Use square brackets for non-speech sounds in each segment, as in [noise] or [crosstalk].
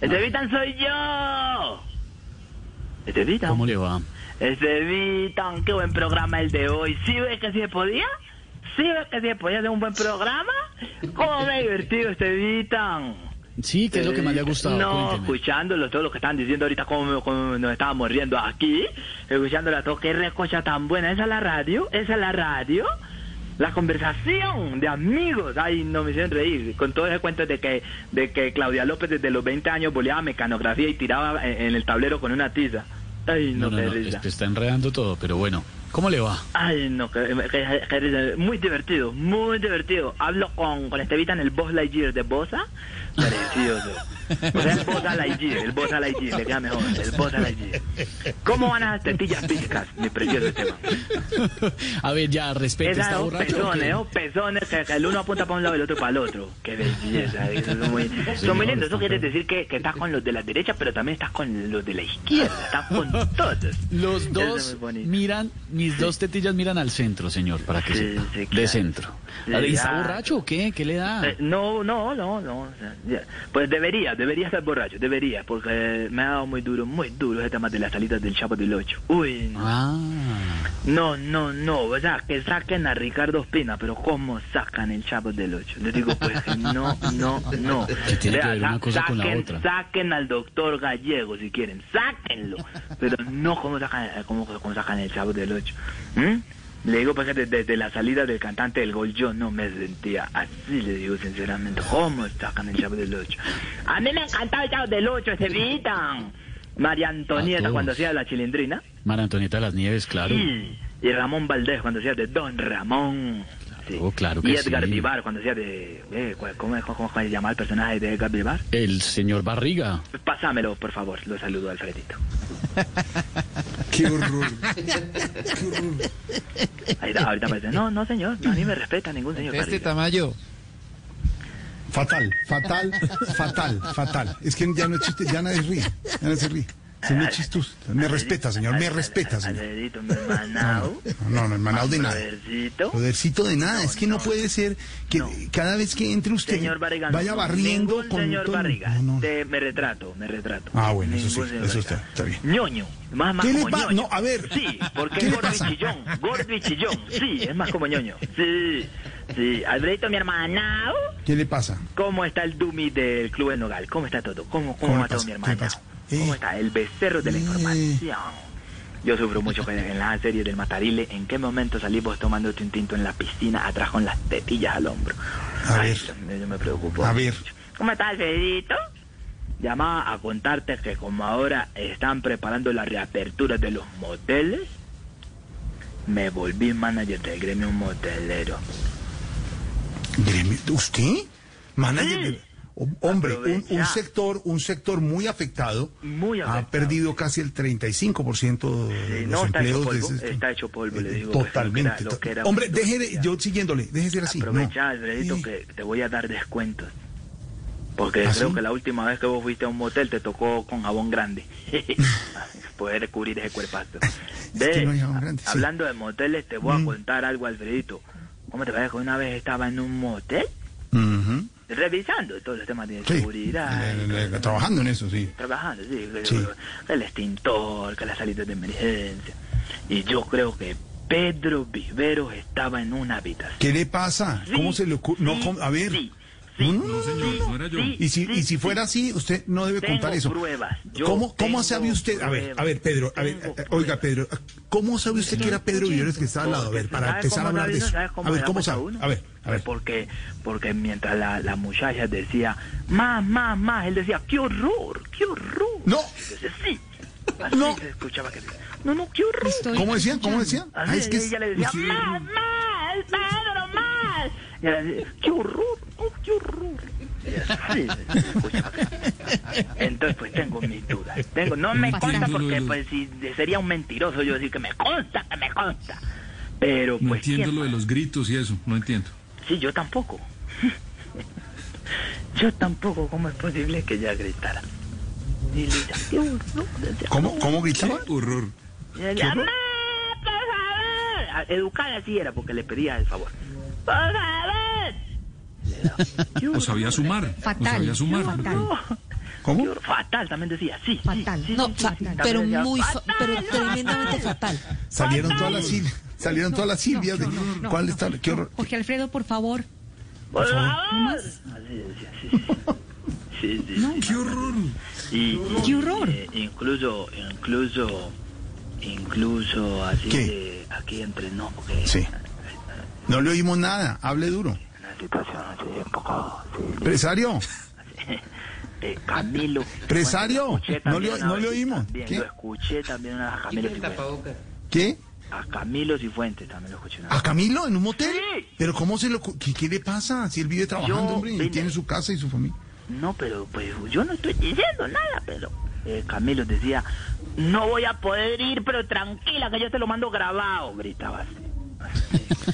Estevitan Este soy yo. Este Estevitan. ¿Cómo le va? Estevitan, qué buen programa el de hoy. ¿Sí ves que sí se podía? ¿Sí ves que sí se podía hacer un buen programa? ¿Cómo me he divertido, este Estevitan? Sí, ¿qué es lo que más le ha gustado? Eh, No, Cuénteme. escuchándolos, todo lo que están diciendo ahorita, cómo, cómo nos estábamos riendo aquí, escuchándola todo, qué recocha tan buena. ¿Esa es la radio? ¿Esa es la radio? La conversación de amigos, ay, no me hicieron reír, con todo ese cuento de que, de que Claudia López desde los 20 años boleaba mecanografía y tiraba en, en el tablero con una tiza. Ay, no, No, no, qué no, risa. es que está enredando todo, pero bueno. ¿Cómo [laughs] le va? Ay, no, que, que- que risa. muy divertido, muy divertido. Hablo con, con Estevita en el Boss Lightyear de Bosa. Precioso. O sea, el Bosa Lightyear, el Bosa Lightyear, le queda mejor, el Bosa Lightyear. ¿Cómo van las tetillas písicas, mi precioso Esteban? A ver, ya, respete, Esas está dos borracho. ¿o pezones, qué? dos pezones, que, que el uno apunta para un lado y el otro para el otro. Qué belleza, eh, eso es muy- son Señor, muy lindos. Eso quiere tampoco. decir que, que estás con los de la derecha, pero también estás con los de la izquierda, estás con todos. Eso Los es dos muy bonito. miran, mis dos tetillas miran al centro, señor, para que Sí, sepa. sí, claro. De centro. Sí, A ver, ¿y ¿Está ya. borracho o qué? ¿Qué le da? Eh, no, no, no, no. o sea, ya. Pues debería, debería estar borracho, debería, porque me ha dado muy duro, muy duro ese tema de las salitas del Chapo del 8. Uy, no. Ah. no, no, no, o sea, que saquen a Ricardo Espina, pero ¿cómo sacan el Chapo del 8? Le digo, pues que no, no, [laughs] no. Que tiene que ver sa- una cosa con la saquen, otra. saquen al doctor Gallego si quieren, sáquenlo, pero no como sacan, eh, cómo, cómo sacan el Chapo del 8. Le digo, pues que desde, desde la salida del cantante del gol yo no me sentía así, le digo sinceramente, ¿cómo sacan el Chavo del 8? A mí me encantaba el Chavo del 8, se gritan. María A Antonieta todos. cuando hacía la chilindrina. Mara Antonieta de las Nieves, claro. Sí. Mm. Y Ramón Valdés cuando hacía de Don Ramón. Sí. Claro, Oh, claro y que Edgar sí. Vivar cuando hacía de... eh, ¿cuál- ¿cómo, cómo, cómo se llama el personaje de Edgar Vivar? El señor Barriga. Pásamelo, por favor. Lo saludo, Alfredito. [laughs] Qué horror. Ahí está, ahorita me dice, no, no, señor. no, a mí me respeta ningún señor. Este Barriga". tamaño. Fatal, fatal, fatal, fatal. Es que ya no es chiste, ya nadie ríe, ya nadie se ríe. Se me chistus. Me respeta, señor, me respeta, señor. Ah, Alfredito, mi [laughs] hermanao. No, no, hermano, de nada. Alfredito. Podercito de nada, es que no puede ser que no. cada vez que entre usted Señor Barriga. vaya no. barriendo Ningún con señor todo el- Barriga. No, no. Te- me retrato, me retrato. Ah, bueno, eso sí, Ningún señor eso Barriga. está- está bien. Ñoño, más, más ¿Qué le como pa- ñoño. no, a ver, Sí, porque ¿qué es le gordo y pasa? chillón, gordo y chillón. Sí, es más como ñoño. Sí, sí. Alfredito, mi hermana. Uh. ¿Qué le pasa? ¿Cómo está el Dumi del Club de Nogal? ¿Cómo está todo? ¿Cómo, cómo, ¿Cómo le va todo, pasa? mi ¿Qué le hermana? pasa? ¿Cómo Eh. está el becerro de la Eh. información? Yo sufro mucho con- en las series del Matarile. ¿En qué momento salimos tomando un tinto en la piscina atrás con las tetillas al hombro? A Ay, ver. Dios mío, yo me preocupo. A ver. ¿Cómo estás, Alfredito? Llamaba a contarte que como ahora están preparando la reapertura de los moteles, me volví manager del gremio motelero. Gremio- ¿Usted? Manager. Sí. de- Hom- Hombre, un, Aprovecha. un sector, un sector muy afectado, Muy ha afectado. perdido casi el 35% Sí, de los no, está hecho empleos de polvo, ese- está hecho polvo, le Eh, digo, pues, Totalmente. lo que era- lo que era Hombre, una deje, de- industria. yo siguiéndole, deje ser así. Aprovecha, Ah, no. Alfredito, Sí. que te voy a dar descuentos. Porque ¿Ah, creo sí? que la última vez que vos fuiste a un motel te tocó con jabón [laughs] grande. Poder cubrir ese cuerpazo. Es que no hay jabón grande, sí. Hablando de moteles, te voy Mm. a contar algo, Alfredito. ¿Cómo te parece que una vez estaba en un motel Ujú. revisando todos los temas de Sí. seguridad? Le- y le- todo le- eso? Trabajando en eso, sí. trabajando, sí, que- Sí. que el extintor, que las salidas de emergencia. Y yo creo que Pedro Viveros estaba en una habitación. ¿Qué le pasa? Sí, ¿Cómo se le ocurre? sí, No, com- a ver. Mm, Sí, sí, No, no, señor, no era yo. Y si, y si fuera así, usted no debe Tengo contar eso. pruebas, yo ¿Cómo, cómo tengo sabe usted? A ver, pruebas, a ver, Pedro, a ver, tengo eh, oiga, Pedro, ¿cómo sabe usted que era Pedro Villeres que estaba al lado? A ver, para empezar a hablar de eso. A ver, ¿cómo sabe? A ver, a ver. pues, Porque, porque mientras la, la muchacha decía, más, más, más, él decía, qué horror, qué horror. No. Entonces, sí. Así No. se escuchaba que decía, no, no, qué horror. ¿Cómo decía? ¿Cómo decía? Así Ah, es que es- ella le decía, "Ah". usted- más, más, Pedro, más. Y ella decía, qué horror, no, qué horror. Y así se escuchaba que- Entonces, pues tengo mis dudas. Tengo, no me consta porque pues si sería un mentiroso yo decir que me consta, que me consta. Pero pues No entiendo ¿quién lo de más? los gritos y eso, no entiendo. Sí, yo tampoco. yo tampoco, ¿cómo es posible que ella gritara? Y le decía, "Qué horror", decía, ¿Cómo, cómo gritaba? Horror. y le decía, "Mamá, por favor". A- Educar así era porque le pedía el favor. Por favor. Le daba, "Qué O sabía horror". sumar. O Fatal. sabía sumar. Fatal. ¿Cómo? Yo, fatal, también decía, sí. sí, Fatal. sí, no, sí, sí, fa- sí, también pero decía, muy, fa- fatal, pero fatal. tremendamente fatal. Salieron todas las Fatal. Silvias. Salieron todas las Silvias. de- ¿Cuál está? ¿Qué horror? Jorge Alfredo, por favor. Por favor. Así decía, sí, sí. Sí, sí, sí. ¡Qué horror! Y- ¡Qué y, horror! eh, incluso, incluso, incluso así ¿Qué? de aquí entre no, porque Sí. No le oímos nada. Hable duro. la situación así un poco sí, Empresario. de Camilo. Presario, Bueno, escuché no le- también no una le vez oímos. también, ¿Qué? Lo escuché también a Camilo Cifuentes. ¿Qué? A Camilo Cifuentes también lo escuché. una vez. ¿A Camilo en un motel? Sí. ¿Pero cómo se lo.? cu- ¿Qué, qué le pasa? Si él vive trabajando, Yo hombre, y vine- tiene su casa y su familia. No, pero pues yo no estoy diciendo nada, pero eh, Camilo decía, no voy a poder ir, pero tranquila que yo te lo mando grabado, gritaba así.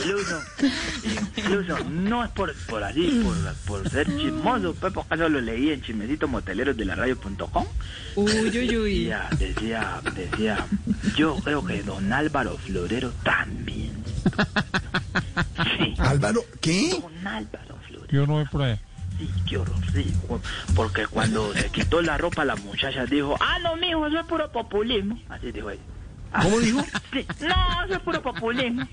Incluso, incluso, no es por, por allí, por, por ser chismoso, pues por acaso lo leí en chismecitos moteleros de la radio.com. Uy, uy, uy. Decía, decía, decía, yo creo que don Álvaro Florero también. Sí. Álvaro, ¿qué? Don Álvaro Flores. Yo no voy por ahí. Sí, qué horror, sí. cu- Porque cuando se quitó la ropa, la muchacha dijo, ah, no, mijo, eso es puro populismo. Así dijo ella. Ah, ¿Cómo dijo? Sí, no, eso es puro populismo.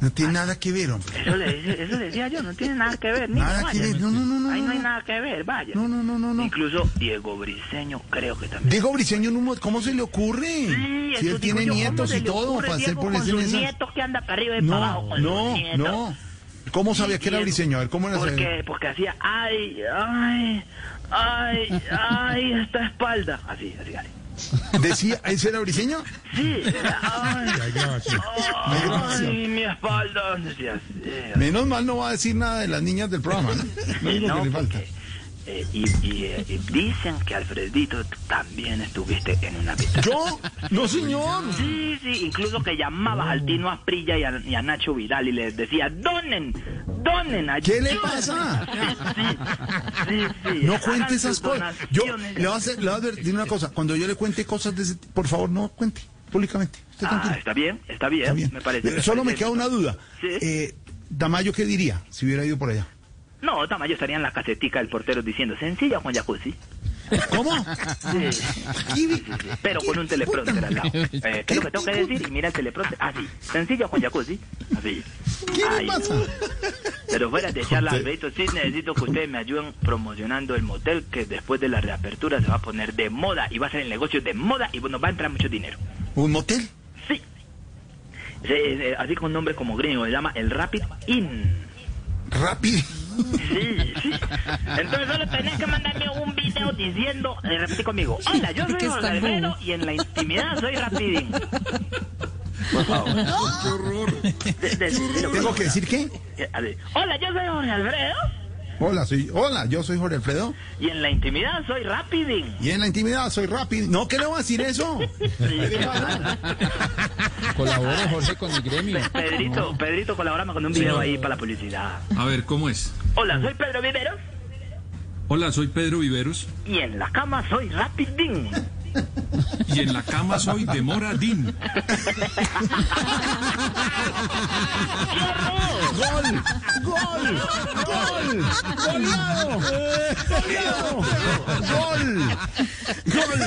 No tiene nada que ver, hombre. Eso le, dice- eso le decía yo, no tiene nada que ver. Ni Nada que ver. No, no, no, no. Ahí no hay no. nada que ver, vaya. No, no, no, no, no. Incluso Diego Briseño creo que también. Diego Briseño en un motel, ¿cómo se le ocurre? Sí, si eso él tiene digo yo, ¿cómo nietos se y le todo, ocurre para hacer Diego por con eso sus en esas- nietos que anda para arriba y para abajo. No, con sus no, nietos. no. ¿Cómo sabía que era Briseño? A ver, ¿cómo era Porque, saber? porque hacía, ay, ay, ay, ay, esta espalda. Así, así, así. Decía, ¿ese era Briseño? Sí, [laughs] ay, Hay grabación. ay, mi espalda. Decía, sí, Menos mal no va a decir nada de las niñas del programa. ¿no? Lo único no, que le falta. porque, eh, y, y, eh, y dicen que Alfredito tú también estuviste en una pista. ¿Yo? No, señor. Sí, sí, incluso que llamabas al Tino Asprilla y a, y a Nacho Vidal y les decía, donen, donen, ¿Qué le ayúdenme". pasa? Sí, sí, No hagan cuente sus esas cosas. Yo donaciones. le voy, a hacer- le voy a advertir una cosa. Cuando yo le cuente cosas de ese tipo, por favor, no cuente públicamente. Usted Ah, tranquilo. está bien, está bien, Está bien. me parece. Eh, Solo me queda una duda. Sí. Eh, Damayo, ¿qué diría si hubiera ido por allá? No, Tamayo estaría en la casetica del portero diciendo, sencilla con jacuzzi. ¿Cómo? Sí, pero con un teleprompter [laughs] al lado. Eh, ¿Qué es lo que tengo que decir? Y mira el teleprompter, así, sencillo con jacuzzi, así. ¿Qué le Ay, pasa? Pero fuera de charla, Alberto, sí necesito que ustedes me ayuden promocionando el motel que después de la reapertura se va a poner de moda y va a ser el negocio de moda y nos va a entrar mucho dinero. ¿Un motel? Sí. Sí, eh, así con nombre como gringo, se llama el Rapid Inn. Rápido. Sí, sí. Entonces solo tenés que mandarme un video diciendo, eh, repite conmigo, hola, yo soy Que está Jorge Alfredo bobo. y en la intimidad soy Rapidín. Por favor. De- de- de- ¿Tengo que decir qué? Eh, a ver, Hola, yo soy Jorge Alfredo Hola, soy, hola, yo soy Jorge Alfredo y en la intimidad soy Rapidín. y en la intimidad soy rápido. No, ¿qué le voy a decir eso? Sí. Colabora Jorge con el gremio. Pedrito, Pedrito, colaborame con un video ahí para la publicidad. A ver, ¿cómo es? Hola, soy Pedro Viveros Hola, soy Pedro Viveros y en la cama soy Rapidín. y en la cama soy de Moradín. ¡Gol! ¡Gol! ¡Gol! ¡Goleado! ¡Goleado! ¡Gol! ¡Gol!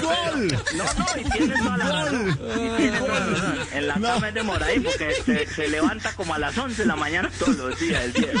¡Gol! No, no, y tiene toda la razón. Y tiene toda la razón. En la No. cama es de Moray porque se, se levanta como a las 11 de la mañana todos los días el cielo.